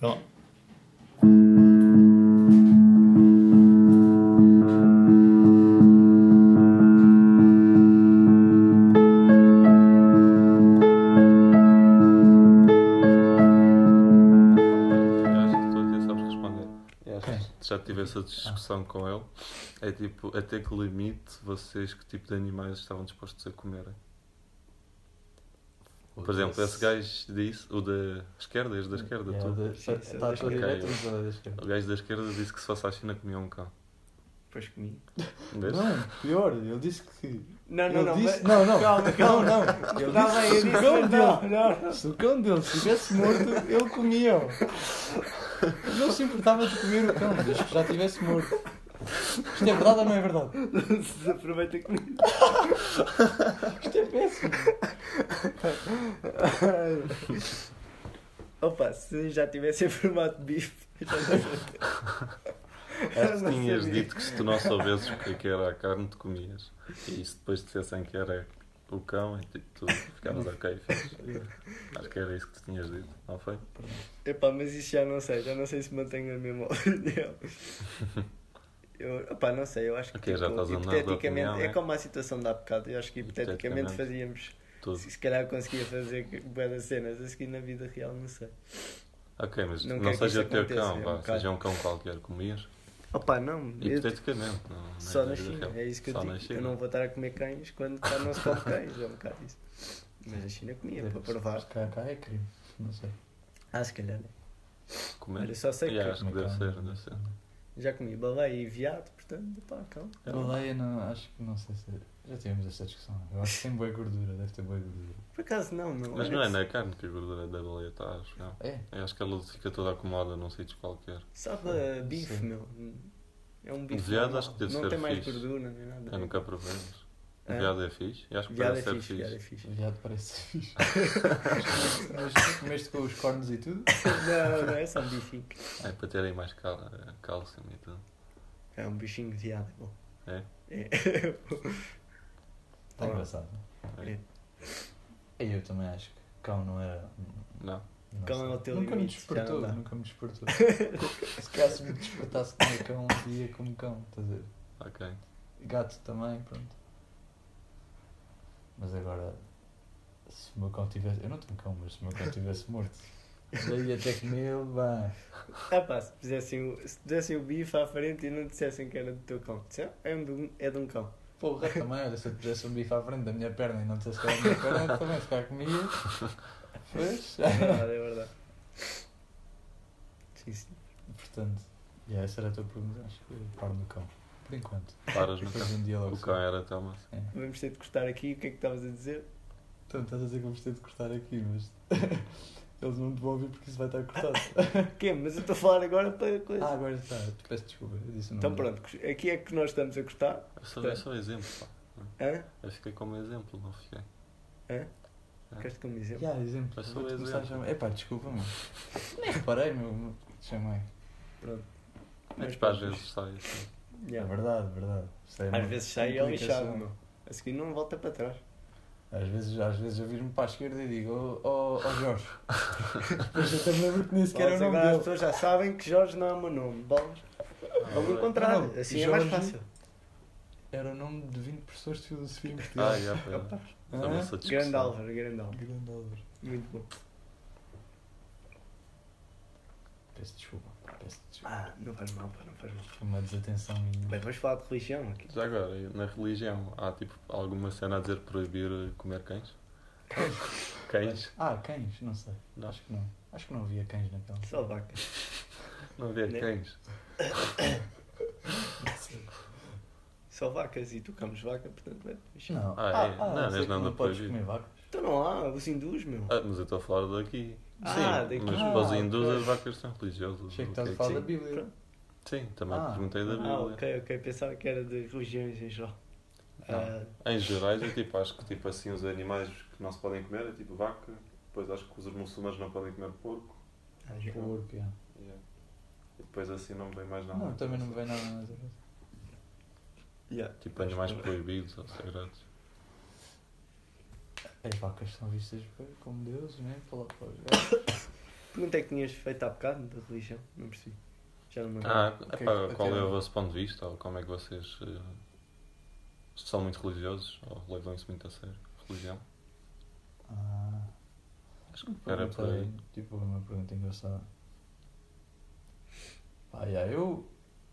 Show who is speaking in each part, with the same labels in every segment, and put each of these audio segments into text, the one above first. Speaker 1: Vai lá.
Speaker 2: Eu acho que tu até sabes responder. Eu acho
Speaker 1: Ok.
Speaker 2: que já tive essa discussão com ele. É tipo, até que limite vocês que tipo de animais estavam dispostos a comerem? Por exemplo, esse gajo disse, o da esquerda, este da esquerda,
Speaker 3: É,
Speaker 2: tu.
Speaker 3: o da-
Speaker 1: Sim,
Speaker 3: tá-
Speaker 1: sim,
Speaker 3: tá
Speaker 1: da
Speaker 3: a tua
Speaker 2: esquerda.
Speaker 3: direita, mas é da esquerda.
Speaker 2: O gajo da esquerda disse que se fosse à China comia um cão.
Speaker 1: Depois comi.
Speaker 2: Vês?
Speaker 3: Não, pior, ele disse que.
Speaker 1: Não,
Speaker 3: ele
Speaker 1: não, não.
Speaker 3: disse...
Speaker 1: mas-
Speaker 3: não, não.
Speaker 1: Calma, calma.
Speaker 3: Não, não. Ele
Speaker 1: Tá bem, eu
Speaker 3: disse que
Speaker 1: disse,
Speaker 3: se o cão
Speaker 1: mas
Speaker 3: dele
Speaker 1: não, não, não.
Speaker 3: Se o cão dele estivesse morto, ele comia. Não se importava de comer o cão, desde que já estivesse morto. Isto é verdade ou não é verdade?
Speaker 1: Aproveita comigo.
Speaker 3: Isto é péssimo.
Speaker 1: Opa, se já tivesse em formato de bife, eu já não
Speaker 2: Acho É que
Speaker 1: não
Speaker 2: tinhas
Speaker 1: sabia.
Speaker 2: dito que se tu não soubesses o que é que era a carne, tu comias. E se depois dissessem que era o cão, e tipo, tu ficavas ok, fixe. Acho que era isso que tu tinhas dito, não foi?
Speaker 1: Epá, mas isso já não sei, já não sei se mantenho a mesma opinião. Eu, opá, não sei, eu acho que tipo,
Speaker 2: Ok, já estás a mudar de
Speaker 1: hipoteticamente,
Speaker 2: opinião,
Speaker 1: é
Speaker 2: né?
Speaker 1: como a situação da bocado, eu acho que hipoteticamente fazíamos,
Speaker 2: Tudo.
Speaker 1: se, se calhar conseguia fazer boas cenas, a seguir na vida real, não sei.
Speaker 2: Ok, mas
Speaker 1: Não
Speaker 2: não,
Speaker 1: quero que
Speaker 2: seja o
Speaker 1: isso
Speaker 2: teu
Speaker 1: aconteça, é
Speaker 2: cão,
Speaker 1: um
Speaker 2: vá,
Speaker 1: bocado.
Speaker 2: seja um cão qualquer, comias.
Speaker 1: Opá, não, eu- tipo,
Speaker 2: Hipoteticamente, não. não
Speaker 1: só
Speaker 2: é
Speaker 1: na
Speaker 2: vida
Speaker 1: China,
Speaker 2: real.
Speaker 1: é isso que
Speaker 2: Só né?
Speaker 1: eu
Speaker 2: na
Speaker 1: digo,
Speaker 2: China.
Speaker 1: eu não vou estar a comer cães quando cá não se come cães, é um bocado isso. Mas a China comia, É para provar.
Speaker 3: Cá, cá é crime. Não sei.
Speaker 1: Ah, se calhar,
Speaker 2: Comer?
Speaker 1: olha, só sei
Speaker 2: Yeah,
Speaker 1: que...
Speaker 2: acho que deve ser, deve ser.
Speaker 1: Já comi baleia e viado, portanto, pá, calma.
Speaker 2: É.
Speaker 3: Baleia, não, acho que não sei se. Já tivemos essa discussão. Eu acho que tem boa gordura, deve ter boa gordura.
Speaker 1: Por acaso não, não.
Speaker 2: Mas
Speaker 1: olha
Speaker 2: não é na
Speaker 1: que
Speaker 2: carne que a gordura da baleia está, acho não.
Speaker 3: É?
Speaker 2: Eu acho que ela fica toda acumulada num sítio qualquer.
Speaker 1: Sabe a bife,
Speaker 3: Sim.
Speaker 1: meu. É um bife.
Speaker 2: Viado
Speaker 1: normal.
Speaker 2: acho que deve
Speaker 1: Não
Speaker 2: ser
Speaker 1: tem mais
Speaker 2: fixe.
Speaker 1: gordura nem nada.
Speaker 2: Eu nunca provei, mas.
Speaker 1: É.
Speaker 2: Viado é fixe? Eu acho que
Speaker 1: Viado é
Speaker 2: parece ser
Speaker 1: fixe, viado
Speaker 3: Viado
Speaker 1: é fixe.
Speaker 3: parece fixe. Mas- Mas comeste com os cornos e tudo?
Speaker 1: não, não é só um bifinho.
Speaker 2: É para terem mais cal eh, cálcio e tudo.
Speaker 1: É um bichinho de viado, é bom.
Speaker 2: É?
Speaker 1: É.
Speaker 3: Está Tá
Speaker 1: Olá.
Speaker 3: engraçado.
Speaker 1: É.
Speaker 3: E eu também acho que cão não era.
Speaker 2: Não.
Speaker 3: não
Speaker 1: Cão
Speaker 3: sei.
Speaker 1: é o teu
Speaker 3: Nunca me
Speaker 1: limite, já
Speaker 3: despertou,
Speaker 1: não dá.
Speaker 3: nunca me despertou. se calhar se me despertasse como cão, um dia como cão, estás a ver?
Speaker 2: Ok.
Speaker 3: Gato também, pronto. Mas agora, se o meu cão tivesse. Eu não tenho cão, mas se o meu cão tivesse morto, daí até que nele, bah.
Speaker 1: Ah pá, se pusessem o, se pusessem o bife à frente e não dissessem que era do teu cão. Disseram, É, um, do- é de um cão.
Speaker 3: Porra, também, olha, se eu pusesse um bife à frente da minha perna e não dissesse que era a minha perna, também se calhar comia. Pois.
Speaker 1: É verdade, é verdade. Sim, sim.
Speaker 3: Portanto, yeah, essa era a tua pergunta, acho que eu paro no cão. Por enquanto.
Speaker 2: Paras no
Speaker 3: Depois
Speaker 2: cão.
Speaker 3: um dia logo.
Speaker 2: O cão era tão massa.
Speaker 1: Vamos ter de cortar aqui. O que é que estavas a dizer?
Speaker 3: Portanto, Então, estás a dizer que eu gostei de cortar aqui, mas eles não te vão ouvir porque isso vai estar cortado.
Speaker 1: Ah, Quê? Mas eu estou a falar agora para coisa.
Speaker 3: ah, agora está. Peço desculpa, eu disse o
Speaker 1: então
Speaker 3: nome dele.
Speaker 1: pronto, aqui é que nós estamos a cortar.
Speaker 2: Eu sou, eu sou exemplo, pá.
Speaker 1: Hã?
Speaker 2: Eu fiquei como exemplo, não fiquei. É
Speaker 1: Queres-te como um exemplo?
Speaker 3: Ah. Yeah, exemplo.
Speaker 2: Passou
Speaker 3: Vou-te
Speaker 2: o
Speaker 3: começar a
Speaker 2: exemplo.
Speaker 3: chamar- Epá, desculpa, meu. Nem reparei, meu. Chamei.
Speaker 1: Pronto.
Speaker 2: Mas para tipo, às vezes sai assim.
Speaker 3: É
Speaker 1: Yeah.
Speaker 3: verdade, verdade. Isto é uma
Speaker 1: Às vezes sai e é
Speaker 3: complicação.
Speaker 1: lixado, não. A seguir não volta para trás.
Speaker 3: Às vezes, às vezes eu viro-me para a esquerda e digo, ó oh, Jorge. Depois eu até me lembro que nem sequer era o
Speaker 1: Bolas,
Speaker 3: nome
Speaker 1: agora as
Speaker 3: dele.
Speaker 1: pessoas já sabem que Jorge não é o meu nome. Bolas. Vamos
Speaker 2: Ah,
Speaker 1: encontrar.
Speaker 3: Não, não,
Speaker 1: Assim é mais
Speaker 3: Jorge-
Speaker 1: fácil.
Speaker 3: Era o nome de 20 professores de filosofia em Portugal.
Speaker 2: Ah, já, pera.
Speaker 1: Opa,
Speaker 3: Hã?
Speaker 2: Chama-se a discussão.
Speaker 1: Grande Álvaro, grande Álvaro.
Speaker 3: Grande Álvaro.
Speaker 1: Muito bom.
Speaker 3: Peço desculpa, peço desculpa.
Speaker 1: Ah, não faz mal, pá, não faz mal.
Speaker 3: Foi uma desatenção
Speaker 1: Bem,
Speaker 3: minha.
Speaker 1: vamos falar de religião aqui.
Speaker 2: Já agora, na religião, há tipo alguma cena a dizer proibir comer cães? Cães?
Speaker 3: Ah, cães? Não sei.
Speaker 2: Não,
Speaker 3: Acho que não. Acho que não havia cães naquela.
Speaker 1: Só vaca.
Speaker 2: não havia
Speaker 1: Né?
Speaker 2: cães.
Speaker 1: Só vacas e tu comes vaca, portanto, vai religião.
Speaker 3: Não.
Speaker 2: Ah, é? Não,
Speaker 3: sei
Speaker 2: eles
Speaker 3: que
Speaker 2: não
Speaker 3: não
Speaker 2: dão
Speaker 3: podes
Speaker 2: proibido.
Speaker 3: comer vacas.
Speaker 1: Então não há os hindus, meu.
Speaker 2: Ah, mas eu estou a falar daqui.
Speaker 1: Ah,
Speaker 2: Sim,
Speaker 1: daqui.
Speaker 2: mas
Speaker 3: Ah,
Speaker 2: para os hindus
Speaker 1: ok.
Speaker 2: as vacas são religiosas.
Speaker 3: Achei que
Speaker 2: o
Speaker 3: estás
Speaker 2: é
Speaker 3: a falar da
Speaker 1: sim?
Speaker 3: Bíblia.
Speaker 1: Pronto.
Speaker 2: Sim, também
Speaker 3: Ah.
Speaker 2: perguntei da Bíblia.
Speaker 1: Ah, ok, ok. Pensava que era de religiões em geral.
Speaker 2: Não.
Speaker 1: Ah,
Speaker 2: Em gerais, eu tipo, acho que tipo, assim, os animais que não se podem comer é tipo vaca, depois acho que os muçulmanos não podem comer porco,
Speaker 1: ah, já.
Speaker 3: Porco, yeah.
Speaker 2: e, é. e depois assim não vem mais nada.
Speaker 3: Não, então- também não me vem nada mais. a ver.
Speaker 1: Yeah.
Speaker 2: Tipo, animais proibidos ou sagrados.
Speaker 3: As vacas são vistas como deuses, né? Pela, pela...
Speaker 1: pergunta é que tinhas feito há bocado da religião? Não percebi. Já não me lembro.
Speaker 2: Ah,
Speaker 3: que é que
Speaker 2: epá,
Speaker 3: te
Speaker 2: qual é
Speaker 3: bateram?
Speaker 2: o vosso ponto de vista? Ou como é que vocês eh, são muito religiosos? Ou levam isso muito a sério? Religião?
Speaker 3: Ah,
Speaker 2: Acho que era por aí.
Speaker 3: Tipo, uma pergunta engraçada. Pá, yeah, eu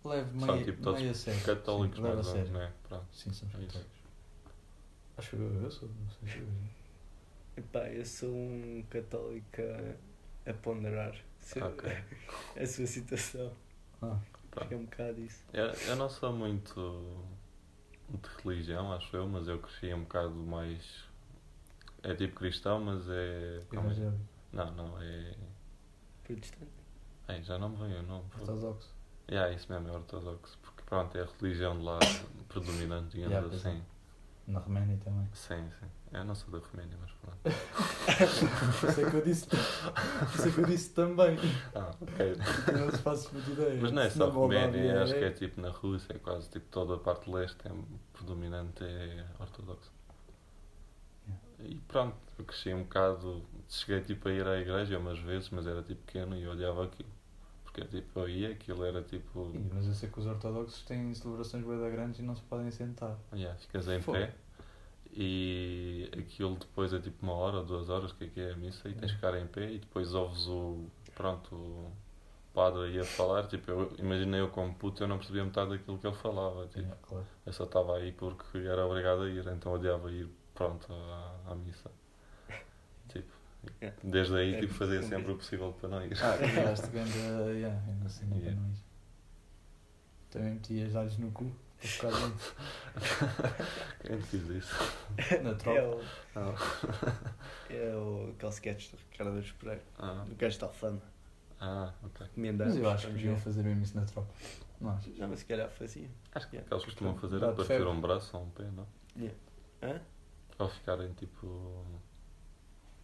Speaker 3: levo meio,
Speaker 2: São tipo todos
Speaker 3: meio a sério.
Speaker 2: Católicos,
Speaker 3: Sim, levo a
Speaker 2: mas
Speaker 3: sério.
Speaker 2: não é? Pronto.
Speaker 3: Sim, somos
Speaker 2: É isso.
Speaker 3: católicos. Acho que eu, eu sou, não sei se eu.
Speaker 1: Epá, eu sou um católico a, a ponderar se-
Speaker 2: Ah, Ok.
Speaker 1: a sua situação.
Speaker 3: Ah,
Speaker 1: Acho que é um bocado isso.
Speaker 2: Eu, eu não sou muito de religião, acho eu, mas eu cresci um bocado mais. É tipo cristão, mas é. como é?
Speaker 3: evangélico,
Speaker 2: Não, não, é.
Speaker 1: Protestante.
Speaker 2: Ai, já não me vem o nome. fogo.
Speaker 3: ortodoxo.
Speaker 2: Yeah, isso mesmo, é ortodoxo. Porque pronto, é a religião de lá predominante, digamos
Speaker 3: Yeah, pois é.
Speaker 2: assim.
Speaker 3: Na Roménia também.
Speaker 2: Sim, sim. Eu não sou da Roménia, mas pronto.
Speaker 3: Por isso é que eu disse, por isso é que eu disse também.
Speaker 2: Ah, ok.
Speaker 3: Não se faz muita ideia.
Speaker 2: Mas não é
Speaker 3: Se
Speaker 2: só
Speaker 3: na Moldávia
Speaker 2: Roménia, acho que é tipo na Rússia, é quase tipo toda a parte leste é predominante é ortodoxo. E pronto, eu cresci um bocado, cheguei tipo a ir à igreja umas vezes, mas era tipo pequeno e olhava aquilo. Porque tipo, eu ia, aquilo era tipo.
Speaker 3: Ih, Mas eu sei que os ortodoxos têm celebrações bem grandes e não se podem sentar.
Speaker 2: Yeah, ficas em
Speaker 3: Fogo.
Speaker 2: pé e aquilo depois é tipo uma hora ou duas horas que aqui é a missa e tens de ficar em pé e depois ouves o pronto o padre aí a falar, tipo, eu imaginei eu como puto, eu não percebia metade daquilo que ele falava, tipo,
Speaker 3: É, claro.
Speaker 2: eu só estava aí porque era obrigado a ir, então odiava ir pronto à, à missa. Tipo, e
Speaker 1: Yeah.
Speaker 2: desde aí
Speaker 1: É
Speaker 2: tipo, fazia
Speaker 1: compreendo.
Speaker 2: sempre o possível para não ir.
Speaker 3: Ah, criaste grande. Yeah, ainda assim, não
Speaker 2: Yeah.
Speaker 3: para nós. Também metias alhos no cu. um Por causa
Speaker 2: Quem te diz isso?
Speaker 3: na
Speaker 1: É
Speaker 3: tropa.
Speaker 1: o, é o aquele sketch do Ricardo dos Pereira,
Speaker 2: Ah,
Speaker 1: do gajo da Alfama.
Speaker 2: ah, ok.
Speaker 1: Comendar.
Speaker 3: Mas eu acho que deviam fazer mesmo isso na tropa. Nós.
Speaker 1: Não, mas se calhar assim. fazia.
Speaker 2: Acho que o
Speaker 1: Yeah.
Speaker 2: que eles costumam fazer é
Speaker 3: Dá-te
Speaker 2: partir
Speaker 3: febre.
Speaker 2: um braço ou um pé, não?
Speaker 1: Hã?
Speaker 2: Ou ficarem tipo.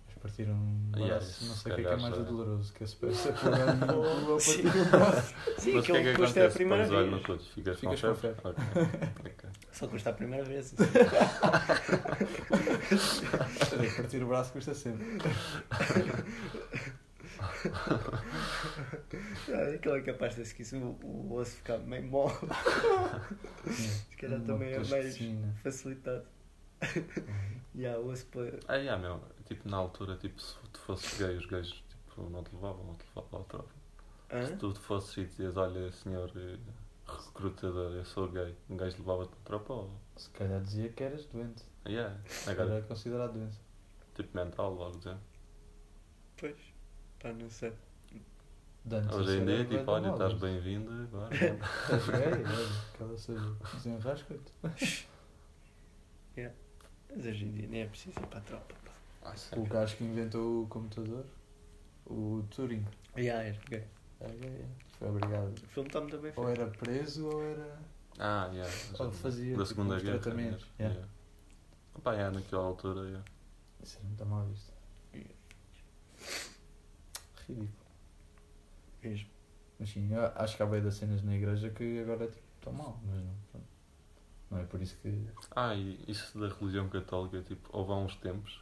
Speaker 3: Mas partiram um
Speaker 2: Yeah,
Speaker 3: braço.
Speaker 2: isso
Speaker 3: não sei o que é que é
Speaker 2: calhar
Speaker 3: mais
Speaker 2: já-
Speaker 3: doloroso. Que é se parece a pegar no cu a
Speaker 1: Sim.
Speaker 3: partir o braço.
Speaker 1: Sim,
Speaker 2: Mas o que é que
Speaker 3: um
Speaker 1: aquele que custa a
Speaker 2: acontece?
Speaker 1: primeira
Speaker 2: Pões óleo no
Speaker 1: vez.
Speaker 2: coto, ficas,
Speaker 3: Ficas
Speaker 2: com
Speaker 3: com
Speaker 2: febre? Ok. Ok.
Speaker 1: Só custa a primeira vez. assim.
Speaker 3: Olha, Partir o braço custa sempre.
Speaker 1: Ah, Aquele é capaz de se o, o osso ficar meio mole,
Speaker 3: Se
Speaker 1: calhar também é mais- facilitado. E há osso para.
Speaker 2: Ah, yeah, meu. Tipo, na altura, tipo, se tu fosses gay, os gays tipo, não te levavam, não te levavam ao tropa. Se
Speaker 3: É.
Speaker 1: Hã?
Speaker 2: tu te fosses e dizias, olha, senhor eh, recrutador, eu sou gay, um gajo levava-te para a tropa ou.
Speaker 3: Se calhar dizia que eras doente.
Speaker 2: Yeah, agora,
Speaker 3: Era considerado doença.
Speaker 2: tipo, mental, logo dizer.
Speaker 1: Pois. Pá, não sei.
Speaker 3: Dantes,
Speaker 2: Hoje em
Speaker 3: isso
Speaker 2: dia,
Speaker 3: era bué
Speaker 2: tipo,
Speaker 3: da
Speaker 2: olha,
Speaker 3: moda. É.
Speaker 2: estás bem-vindo, agora.
Speaker 3: Estás gay? Olha, cala seja. Desenrasca-te.
Speaker 1: Mas hoje em dia nem é preciso ir para a tropa. Pá.
Speaker 2: Ah,
Speaker 3: O gajo que inventou o computador, o Turing,
Speaker 1: Yeah, era gay.
Speaker 3: era gay. Foi obrigado.
Speaker 1: é, O filme está muito bem feito.
Speaker 3: Ou é era preso ou era.
Speaker 2: Ah, yeah.
Speaker 3: Ou fazia,
Speaker 2: Da
Speaker 3: tipo,
Speaker 2: Segunda
Speaker 3: uns
Speaker 2: Guerra.
Speaker 3: tratamentos,
Speaker 2: mesmo,
Speaker 3: yeah.
Speaker 2: yeah. Pá, yeah, naquela altura, yeah.
Speaker 3: Isso era muito mal visto. Ridículo.
Speaker 1: Mesmo.
Speaker 3: Mas sim, eu acho que há bem das cenas na igreja que agora é tipo, tão mal, mas não. pronto. Não é por isso que.
Speaker 2: Ah, e isso da religião católica, tipo, houve há uns tempos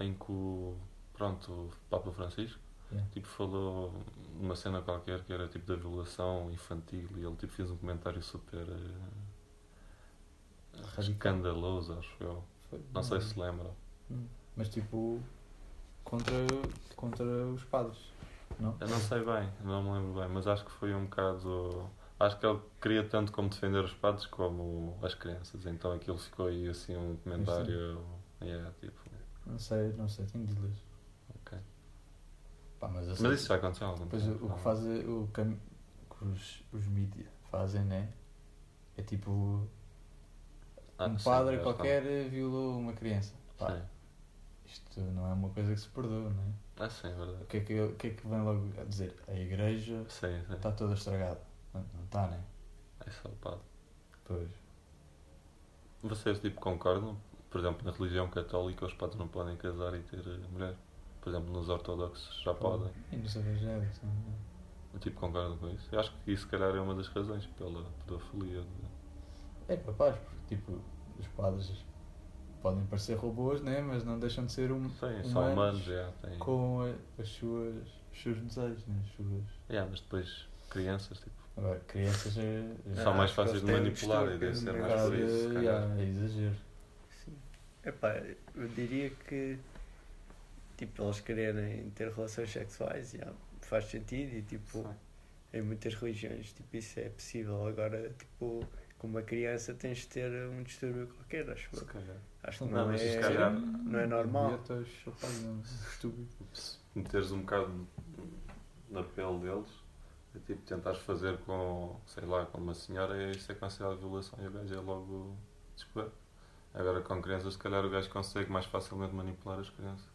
Speaker 2: em que o, pronto, o Papa Francisco,
Speaker 3: Yeah.
Speaker 2: tipo, falou numa cena qualquer que era, tipo, da violação infantil e ele, tipo, fez um comentário super eh,
Speaker 3: Radical.
Speaker 2: escandaloso, acho eu.
Speaker 3: Foi,
Speaker 2: Não sei se lembram.
Speaker 3: Mas tipo. Contra, contra os padres. Não?
Speaker 2: Eu não sei bem, não me lembro bem, mas acho que foi um bocado... Acho que ele queria tanto como defender os padres como as crianças, então aquilo ficou aí, assim, um comentário... Yeah, tipo...
Speaker 3: Não sei, não sei, tenho de ler.
Speaker 2: Ok.
Speaker 3: Pá, mas, eu sei-
Speaker 2: Mas isso já aconteceu há algum
Speaker 3: Pois
Speaker 2: tempo,
Speaker 3: o
Speaker 2: não
Speaker 3: que
Speaker 2: é?
Speaker 3: faz o cam- que os, os mídia fazem, né? É tipo, um
Speaker 2: Ah, sim,
Speaker 3: padre
Speaker 2: já está.
Speaker 3: qualquer violou uma criança. Pá,
Speaker 2: Sim.
Speaker 3: isto não é uma coisa que se perdoa, né?
Speaker 2: Ah, sim, é
Speaker 3: O
Speaker 2: verdade.
Speaker 3: que é que, o que, é que vem logo a dizer? A igreja
Speaker 2: Sim, sim.
Speaker 3: está toda estragada. Não, não está, né?
Speaker 2: É só o padre.
Speaker 3: Pois.
Speaker 2: Vocês, tipo, concordam? Por exemplo, na religião católica, os padres não podem casar e ter eh, mulher. Por exemplo, nos ortodoxos já podem.
Speaker 3: E nos evangelhos, não é?
Speaker 2: Eu, tipo, concordo com isso. Eu acho que isso, se calhar, é uma das razões pela pedofilia. de-
Speaker 3: É capaz, porque tipo, os padres podem parecer robôs, né? Mas não deixam de ser um,
Speaker 2: Sim, são
Speaker 3: Humanos
Speaker 2: humanos, já têm.
Speaker 3: com a- as suas os seus desejos, né? as suas.
Speaker 2: Yeah, mas depois crianças, tipo,
Speaker 3: Agora, crianças é. é
Speaker 2: são
Speaker 1: Ah,
Speaker 2: mais
Speaker 1: acho que
Speaker 2: fáceis de
Speaker 1: eles têm um
Speaker 2: manipular e
Speaker 1: distúrbio
Speaker 2: deve ser
Speaker 1: no
Speaker 3: um
Speaker 2: mais por
Speaker 3: bocado,
Speaker 2: isso. se calhar.
Speaker 3: yeah, é exagero.
Speaker 1: Sim. Epá, eu diria que tipo, eles quererem ter relações sexuais já faz sentido e tipo
Speaker 2: Sim.
Speaker 1: em muitas religiões tipo, isso é possível. Agora tipo com uma criança tens de ter um distúrbio qualquer, acho
Speaker 2: Se
Speaker 1: eu.
Speaker 2: calhar.
Speaker 1: Acho
Speaker 3: Então,
Speaker 1: que
Speaker 2: Não,
Speaker 1: não,
Speaker 2: mas
Speaker 1: é.
Speaker 2: se calhar-
Speaker 1: não é normal.
Speaker 3: Dietas, rapaz, não, um estúpido.
Speaker 2: se meteres um bocado na pele deles, é tipo tentares fazer com, sei lá, com uma senhora, isso é considerado violação e o gajo é logo descoberto. Agora com crianças, se calhar o gajo consegue mais facilmente manipular as crianças.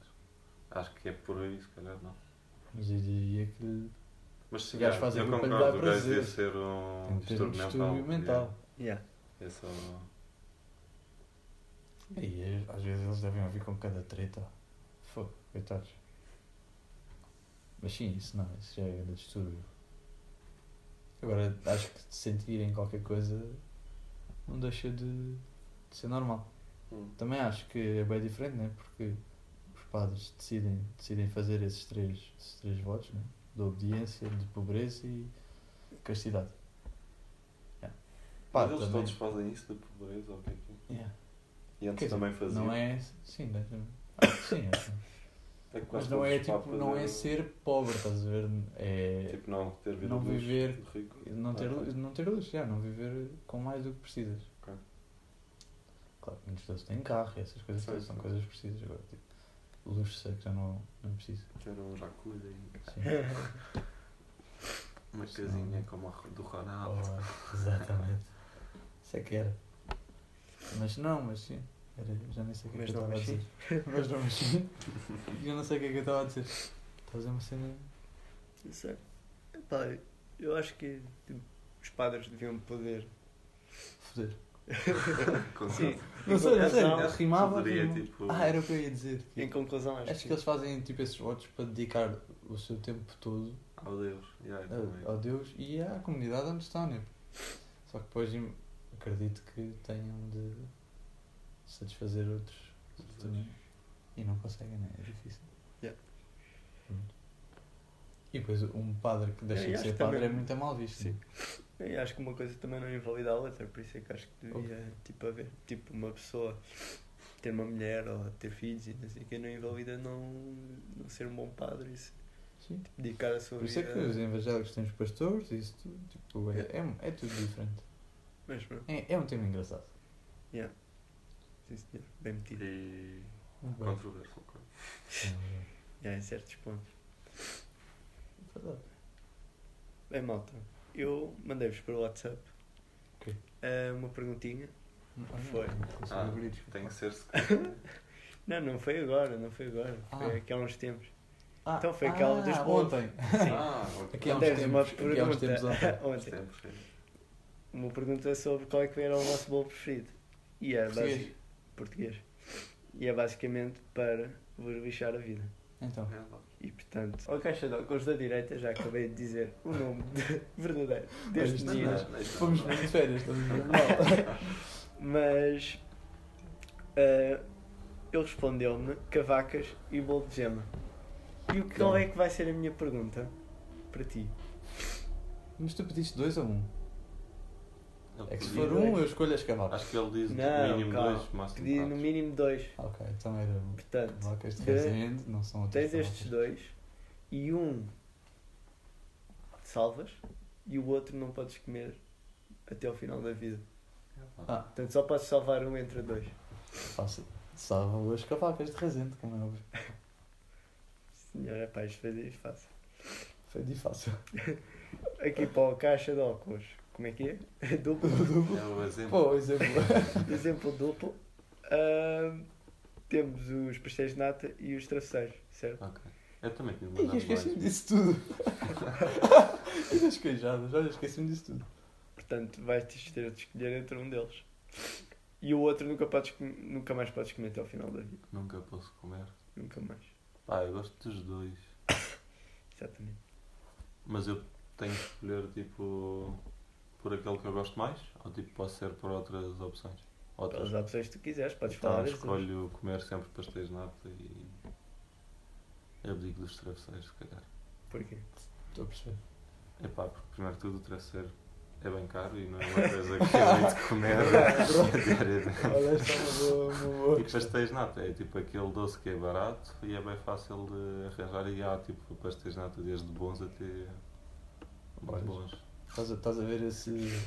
Speaker 2: Acho que é por aí, se calhar não.
Speaker 3: Mas eu diria que
Speaker 2: Mas se
Speaker 3: O gajo
Speaker 2: calhar,
Speaker 3: faz
Speaker 2: eu
Speaker 3: aquilo para lhe
Speaker 2: concordo,
Speaker 3: dar
Speaker 2: o gajo
Speaker 3: prazer.
Speaker 2: devia ser
Speaker 3: tem
Speaker 2: um
Speaker 3: de ter um distúrbio mental.
Speaker 1: Yeah.
Speaker 2: yeah. É só...
Speaker 3: E aí, às vezes eles devem ouvir com cada treta. Fogo, coitados. Mas sim, isso não, isso já é grande distúrbio. Agora, acho que sentirem qualquer coisa não deixa de, de ser normal.
Speaker 2: Hum.
Speaker 3: Também acho que é bem diferente, né? Porque os padres decidem, decidem fazer esses três, esses três votos, né? De obediência, de pobreza e castidade. Yeah. Pá,
Speaker 2: Mas eles
Speaker 3: também-
Speaker 2: todos fazem isso de pobreza ou o que é que é?
Speaker 3: Yeah.
Speaker 2: E antes
Speaker 3: Quer dizer,
Speaker 2: também faziam.
Speaker 3: Não é. Sim, né? Acho que sim. acho.
Speaker 2: É que
Speaker 3: Mas
Speaker 2: quase
Speaker 3: não é
Speaker 2: todos os
Speaker 3: tipo.
Speaker 2: papas
Speaker 3: Não é
Speaker 2: eram-
Speaker 3: ser pobre, estás a ver? É.
Speaker 2: Tipo, não ter vida
Speaker 3: não
Speaker 2: de luxo,
Speaker 3: viver-
Speaker 2: de rico.
Speaker 3: Não ter,
Speaker 2: Ah,
Speaker 3: lu- não ter luxo, já, não viver com mais do que precisas.
Speaker 2: Ok.
Speaker 3: Claro, que muitos deles têm carro e essas coisas
Speaker 2: Sim,
Speaker 3: todas são
Speaker 2: sim.
Speaker 3: coisas que precisas agora. Tipo, luxo sei que já não, não preciso.
Speaker 2: Ter um jacuzzi,
Speaker 3: Sim.
Speaker 2: uma
Speaker 3: Sim.
Speaker 2: casinha como a do Ronaldo.
Speaker 3: Oh, exatamente. Isso é que era. Mas não, mas sim. Era, já nem sei o que é
Speaker 1: Mas
Speaker 3: que eu
Speaker 1: não,
Speaker 3: estava a
Speaker 1: mas sim.
Speaker 3: dizer. Mas não mexi. E eu não sei o que é que eu estava a dizer. Estás a uma cena.
Speaker 1: Não sei. é, Epá, eu acho que tipo, os padres deviam poder.
Speaker 3: Foder.
Speaker 2: Com
Speaker 1: Sim,
Speaker 3: Oh. Não sei, não sei.
Speaker 1: Não,
Speaker 3: rimava.
Speaker 2: poderia,
Speaker 3: rimava.
Speaker 2: tipo-
Speaker 3: Ah, era o que eu ia dizer. que-
Speaker 1: em conclusão acho,
Speaker 3: acho que eles fazem tipo esses votos para dedicar o seu tempo todo
Speaker 2: Ao Deus. Yeah, eu também.
Speaker 3: a- é? ao Deus e à comunidade onde estão, né? Só que depois im- acredito que tenham de satisfazer outros também. E não conseguem, né? É difícil.
Speaker 1: Yeah.
Speaker 3: Pronto. E depois um padre que deixa
Speaker 1: Eu
Speaker 3: de
Speaker 1: acho
Speaker 3: ser
Speaker 1: também-
Speaker 3: padre é muito mal visto.
Speaker 1: Sim.
Speaker 3: né?
Speaker 1: E acho que uma coisa também não invalida a outra, por isso é que acho que devia, tipo, haver, tipo, uma pessoa ter uma mulher ou ter filhos e não sei o que, não invalida não, não ser um bom padre e se
Speaker 3: Sim.
Speaker 1: dedicar a sua
Speaker 3: Por isso
Speaker 1: vida.
Speaker 3: é que os evangélicos têm os pastores e isso tudo. Tipo, é, é, é tudo diferente.
Speaker 1: Mas pronto,
Speaker 3: É, é um tema engraçado.
Speaker 1: sim senhor, bem metido.
Speaker 2: E
Speaker 3: Muito bem. É
Speaker 2: controverso. claro.
Speaker 1: Já em certos pontos.
Speaker 3: Verdade.
Speaker 1: Bem, malta, eu mandei-vos por WhatsApp
Speaker 3: Ok.
Speaker 1: eh, uma perguntinha. Foi.
Speaker 3: é
Speaker 2: Ah, Tem que ser secreto.
Speaker 1: Não, não foi agora, não foi agora,
Speaker 3: Ah.
Speaker 1: foi aqui há uns tempos.
Speaker 3: Ah,
Speaker 1: Então foi aquela dos bolos.
Speaker 3: ontem.
Speaker 1: Sim. é
Speaker 2: Ah, ok.
Speaker 3: Aqui há uns
Speaker 1: Mandei-vos uma
Speaker 3: tempos, aqui há uns tempos ontem.
Speaker 1: pergunta ontem.
Speaker 2: Sempre.
Speaker 1: Uma pergunta sobre qual é que era o vosso bolo preferido. E é basic-
Speaker 3: Português.
Speaker 1: português. E é basicamente para vos lixar a vida.
Speaker 3: Então,
Speaker 2: É lá.
Speaker 1: E portanto, ao Caixa de Óculos da Direita já acabei de dizer o nome de- verdadeiro
Speaker 3: Mas
Speaker 1: destes
Speaker 2: Não,
Speaker 1: dias.
Speaker 2: não, não, não.
Speaker 3: fomos bem de férias, estamos a ver
Speaker 1: Mas ah, ele respondeu-me cavacas e bolo de gema. E o que
Speaker 2: Então.
Speaker 1: qual é que vai ser a minha pergunta para ti?
Speaker 3: Mas tu pediste dois ou um?
Speaker 2: Ele
Speaker 3: É que se
Speaker 2: podia-
Speaker 3: for um, eu escolho as cavalas.
Speaker 2: Acho que ele diz
Speaker 1: Não,
Speaker 2: mínimo
Speaker 1: calma.
Speaker 2: dois, máximo
Speaker 1: Pedi no
Speaker 2: quatro.
Speaker 1: mínimo dois.
Speaker 3: Ah, Ok, então era um.
Speaker 1: Portanto,
Speaker 3: Vacas de
Speaker 1: de-
Speaker 3: Resende, não são outras
Speaker 1: Tens estes
Speaker 3: cavacas.
Speaker 1: dois e um salvas e o outro não podes comer até ao final da vida.
Speaker 3: Ah.
Speaker 1: Portanto, só podes salvar um entre dois.
Speaker 3: Fácil. Salvam as cavacas de Resende, como é óbvio.
Speaker 1: Senhor, é pá, isto fazer isto fácil.
Speaker 3: Foi de fácil.
Speaker 1: Aqui para a caixa de óculos. Como é que é? Duplo.
Speaker 2: É o exemplo.
Speaker 3: Pô, exemplo.
Speaker 1: Exemplo duplo. Ahm, temos os pastéis de nata e os travesseiros, certo?
Speaker 2: Ok. Eu também tinha
Speaker 3: Ih, eu
Speaker 2: mandado
Speaker 3: esqueci-me
Speaker 2: mais.
Speaker 3: disso tudo. E das queijadas, olha, esqueci-me disso tudo.
Speaker 1: Portanto, vais ter de escolher entre um deles. E o outro nunca, podes, com- nunca mais podes comer até ao final da vida.
Speaker 2: Nunca posso comer.
Speaker 1: Nunca mais.
Speaker 2: Pá, eu gosto dos dois.
Speaker 1: Exatamente.
Speaker 2: Mas eu tenho que escolher, tipo, por aquele que eu gosto mais? Ou, tipo, posso ser por outras opções? Outras.
Speaker 1: As opções que tu quiseres, podes falar
Speaker 2: Então,
Speaker 1: das tuas.
Speaker 2: escolho comer sempre pastéis de nata e... Eu digo dos travesseiros, se calhar.
Speaker 1: Porquê?
Speaker 3: Estou a perceber.
Speaker 2: Epá, porque primeiro de tudo o traseiro é bem caro e não é uma coisa que eu hei de comer.
Speaker 3: Olha, esta é uma boa- uma boa
Speaker 2: e pastéis de nata é tipo aquele doce que é barato e é bem fácil de arranjar e há tipo pastéis de nata desde bons até muito
Speaker 3: Olha.
Speaker 2: bons.
Speaker 3: Estás a, estás a ver esse,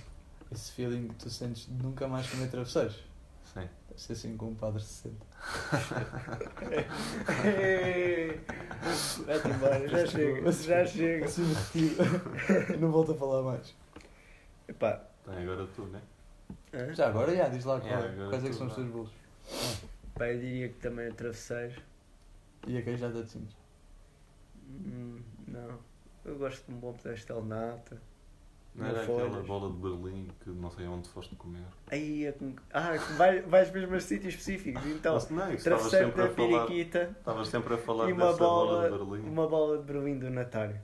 Speaker 3: esse feeling que tu sentes de nunca mais comer travesseiros?
Speaker 2: Sim.
Speaker 3: Deve ser assim como um padre se sente.
Speaker 1: Vai-te embora, já chega, já chega.
Speaker 3: Assim me retiro. Não volto a falar mais.
Speaker 1: Epá,
Speaker 2: Tem agora tu, né?
Speaker 1: hã?
Speaker 3: Já agora, já, diz lá
Speaker 2: Já,
Speaker 3: qual-
Speaker 2: agora
Speaker 3: quais é que
Speaker 2: tu
Speaker 3: são os
Speaker 2: vá.
Speaker 3: teus bolos.
Speaker 1: Pá, eu diria que também é travesseiro.
Speaker 3: E a queijada de cintos.
Speaker 1: Hum, não. Eu gosto de um bom pedestal nata.
Speaker 2: Não
Speaker 1: Não
Speaker 2: era aquela
Speaker 1: folhas.
Speaker 2: bola de Berlim que não sei onde foste comer.
Speaker 1: Aí é com... Ah, que vai, vais mesmo a sítios específicos. Então,
Speaker 2: Mas não, é que estavas
Speaker 1: travesseiro
Speaker 2: sempre
Speaker 1: da
Speaker 2: a falar,
Speaker 1: periquita
Speaker 2: estavas sempre a falar
Speaker 1: e uma
Speaker 2: dessa bola,
Speaker 1: bola,
Speaker 2: de Berlim.
Speaker 1: uma bola de Berlim do Natário.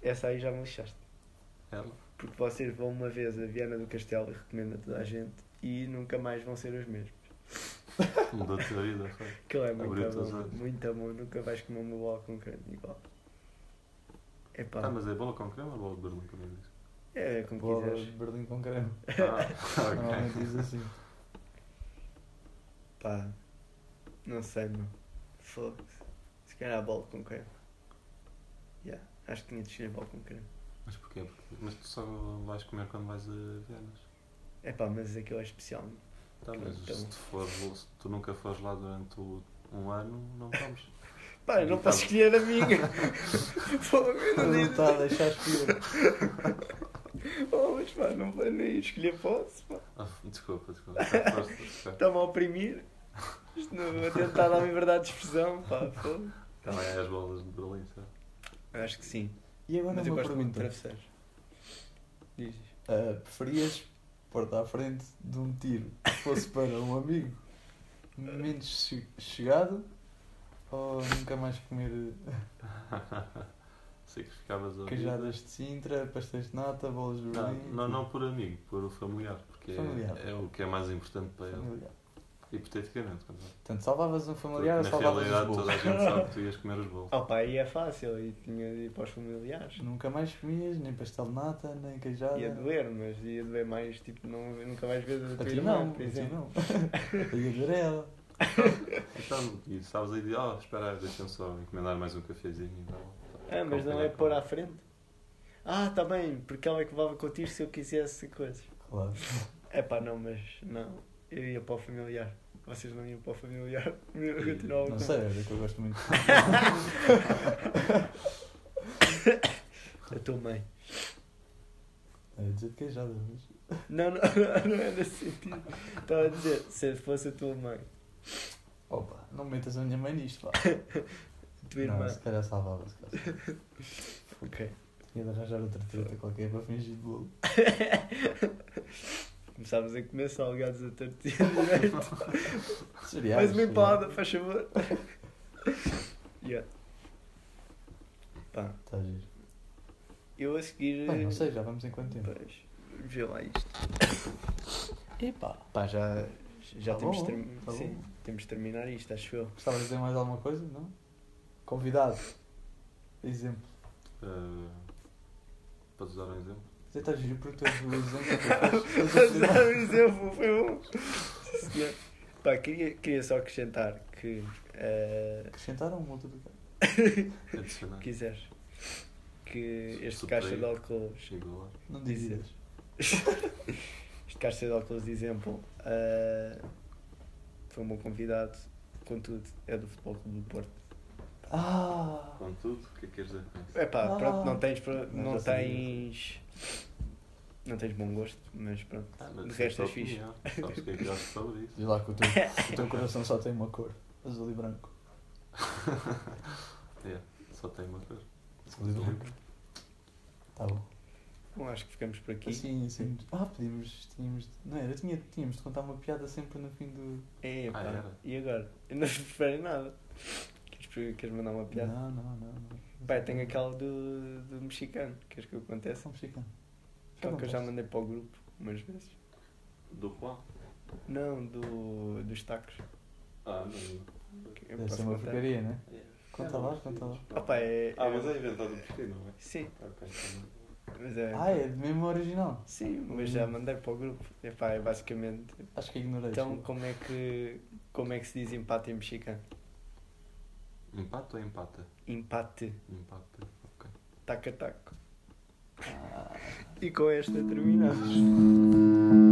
Speaker 1: Essa aí já me lixaste.
Speaker 2: Ela?
Speaker 1: Porque vocês vão uma vez a Viana do Castelo e recomendo a toda a gente e nunca mais vão ser os mesmos.
Speaker 2: Mudou-te a Um vida, foi.
Speaker 1: Aquilo é muito
Speaker 2: Abriu-te os
Speaker 1: bom,
Speaker 2: olhos.
Speaker 1: muito bom. Nunca vais comer uma bola com creme igual. Epá,
Speaker 2: Ah, mas é bola com creme ou bola de Berlim, como é que diz?
Speaker 1: é como
Speaker 3: Bola de
Speaker 1: quiseres.
Speaker 3: Berlim com creme.
Speaker 2: Ah,
Speaker 3: Normalmente diz
Speaker 2: ok.
Speaker 3: assim.
Speaker 1: Pá, não sei, meu. Fogo. Se calhar a bola com creme. Yeah, acho que tinha de escolher a bola com creme.
Speaker 2: Mas porquê? Porque- Mas tu só vais comer quando vais a Vianas.
Speaker 1: Epá, mas aquilo é especial. meu.
Speaker 2: Tá, mas
Speaker 1: Então.
Speaker 2: se, tu for, se tu nunca fores lá durante o- um ano, não comes.
Speaker 1: Pá, eu
Speaker 2: Então.
Speaker 1: não posso escolher a minha. Fogo, eu não
Speaker 3: Não está a
Speaker 1: digo.
Speaker 3: deixar espiar.
Speaker 2: tá.
Speaker 1: Oh, mas pá, não vou nem escolher posso, pá.
Speaker 2: Ah, desculpa, desculpa. Já foste, desculpa.
Speaker 1: Está-me a oprimir. Isto não vou tentar dar liberdade de expressão, pá, fogo.
Speaker 2: Também é as bolas de Berlim, sabe?
Speaker 1: Acho que sim.
Speaker 3: E agora
Speaker 1: Mas eu
Speaker 3: uma
Speaker 1: gosto muito de
Speaker 3: pergunta.
Speaker 1: travesseiros. Diz.
Speaker 3: Ah, preferias porta à frente de um tiro que fosse para um amigo menos che- chegado ou nunca mais comer
Speaker 2: Sei que ficavas a ouvir.
Speaker 3: queijadas de Sintra, pastéis de nata, bolas de
Speaker 2: Não,
Speaker 3: Berlim?
Speaker 2: não, não por amigo, por o familiar, porque é-
Speaker 3: Familiar.
Speaker 2: É, o que é mais importante para ele.
Speaker 3: Familiar.
Speaker 2: Hipoteticamente, quando
Speaker 3: Portanto, salvavas um
Speaker 2: porque
Speaker 3: familiar
Speaker 2: na
Speaker 3: ou salvavas os
Speaker 2: realidade
Speaker 3: bolos?
Speaker 2: toda a gente sabe que tu ias comer os bolos.
Speaker 1: Oh, pá, aí é fácil. E tinha de ir para os familiares.
Speaker 3: Nunca mais comias nem pastel de nata, nem queijada.
Speaker 1: Ia doer, mas ia doer mais, tipo, não, nunca vais ver a
Speaker 3: A
Speaker 1: tua
Speaker 3: ti
Speaker 1: irmã,
Speaker 3: não, a
Speaker 1: por
Speaker 3: ti
Speaker 1: exemplo.
Speaker 3: não. Ia ver ela.
Speaker 2: Então, e estavas aí de, oh, espera, deixa-me só encomendar mais um cafezinho e tal.
Speaker 1: Ah, mas não é pôr à frente. Ah, tá bem, porque ela é que levava com o tiro se eu quisesse coisas.
Speaker 3: Claro.
Speaker 1: É pá, não, mas não. Eu ia para o familiar. Vocês não iam para o familiar. Eu
Speaker 2: Ih,
Speaker 1: continuava
Speaker 3: Não
Speaker 1: com-
Speaker 3: sei, é que eu gosto muito.
Speaker 1: A tua mãe.
Speaker 3: Eu ia dizer de queijada, mas.
Speaker 1: Não, não, não, não é nesse sentido. Estava a dizer, se fosse a tua mãe,
Speaker 3: Opa, não metas a minha mãe nisto, pá.
Speaker 1: a tua irmã.
Speaker 3: Não, se calhar salvava, se calhar.
Speaker 1: Ok.
Speaker 3: Tinha de arranjar outra treta qualquer para fingir de bolo.
Speaker 1: Começámos a comer salgados a tartilha direito.
Speaker 3: Cereais.
Speaker 1: Mais uma empada, faz favor. yeah. Pá,
Speaker 3: Está tá giro.
Speaker 1: eu a seguir. eh,
Speaker 3: Bem, não sei, já vamos em quanto tempo.
Speaker 1: Pois, vê lá isto.
Speaker 3: Epá.
Speaker 1: Pá, já, já
Speaker 3: Tá
Speaker 1: temos,
Speaker 3: bom,
Speaker 1: de
Speaker 3: tá
Speaker 1: sim,
Speaker 3: bom.
Speaker 1: temos de terminar isto, acho eu.
Speaker 3: Gostava de dizer mais alguma coisa, não? Convidado. Exemplo.
Speaker 2: Eh, Podes dar um exemplo?
Speaker 3: Você está é, tá giro porque tu és o exemplo que eu faço. És o
Speaker 1: Mas,
Speaker 3: primeiro.
Speaker 1: não, isso é bom, foi bom. Sim, senhor. Pá, queria, queria só acrescentar que eh,
Speaker 3: Acrescentaram um ou multiplicaram?
Speaker 2: Adicionar.
Speaker 1: quiseres que este
Speaker 2: Suprei.
Speaker 1: caixa de álcools
Speaker 2: Chegou lá.
Speaker 3: Não
Speaker 1: Dizer.
Speaker 3: dizias.
Speaker 1: este caixa de álcools de exemplo eh, foi um bom convidado, contudo é do Futebol Clube do Porto.
Speaker 3: Ah!
Speaker 2: Contudo, o que é que queres dizer com isso?
Speaker 1: É pá,
Speaker 3: Ah.
Speaker 1: pronto, não tens, pro-
Speaker 3: Mas
Speaker 1: não
Speaker 3: já sabia.
Speaker 1: tens, não tens bom gosto, mas pronto,
Speaker 2: Ah, mas
Speaker 1: de
Speaker 2: isso é
Speaker 1: resto
Speaker 2: tua
Speaker 1: és fixe.
Speaker 2: opinião. Sabes o que é que gostas sobre isso?
Speaker 3: Diz lá que o teu, o teu coração só tem uma cor. Azul e branco.
Speaker 2: É, só tem uma cor.
Speaker 3: Azul e branco. Tá bom.
Speaker 1: Bom, acho que ficamos por aqui.
Speaker 3: Assim, assim. Ah, podíamos. Tínhamos. Não era? Tinha, tínhamos de contar uma piada sempre no fim do.
Speaker 1: É,
Speaker 2: Ah,
Speaker 1: pá.
Speaker 2: era?
Speaker 1: E agora? Eu não preferem nada. Queres, pre- queres mandar uma piada?
Speaker 3: Não, não, não. não.
Speaker 1: Pá, tem aquela do, do mexicano. Queres que eu conte
Speaker 3: É
Speaker 1: essa?
Speaker 3: só mexicano.
Speaker 1: Aquela
Speaker 3: não
Speaker 1: que eu já
Speaker 3: Então posso.
Speaker 1: mandei para o grupo umas vezes.
Speaker 2: Do qual?
Speaker 1: Não, do, dos tacos.
Speaker 2: Ah, não.
Speaker 1: Eu
Speaker 3: Deve
Speaker 1: posso
Speaker 2: Ah,
Speaker 3: ser uma
Speaker 1: contar?
Speaker 3: porcaria, né?
Speaker 2: Yeah.
Speaker 3: Conta lá, conta lá.
Speaker 1: Opa, é.
Speaker 2: Ah,
Speaker 1: é-
Speaker 2: mas é inventado por ti, não é?
Speaker 1: Sim,
Speaker 2: Ok, tá bem.
Speaker 1: mas é.
Speaker 3: Ah, é mesmo original.
Speaker 1: Sim, mas já mandei para o grupo. Epá, é basicamente.
Speaker 3: Acho que ignorei.
Speaker 1: Então,
Speaker 3: desculpa.
Speaker 1: como é que. Como é que se diz empate em mexicano?
Speaker 2: Empate ou empata?
Speaker 1: Empate.
Speaker 2: Empate, ok.
Speaker 1: Taca-taco.
Speaker 3: Ah.
Speaker 1: E com esta terminamos.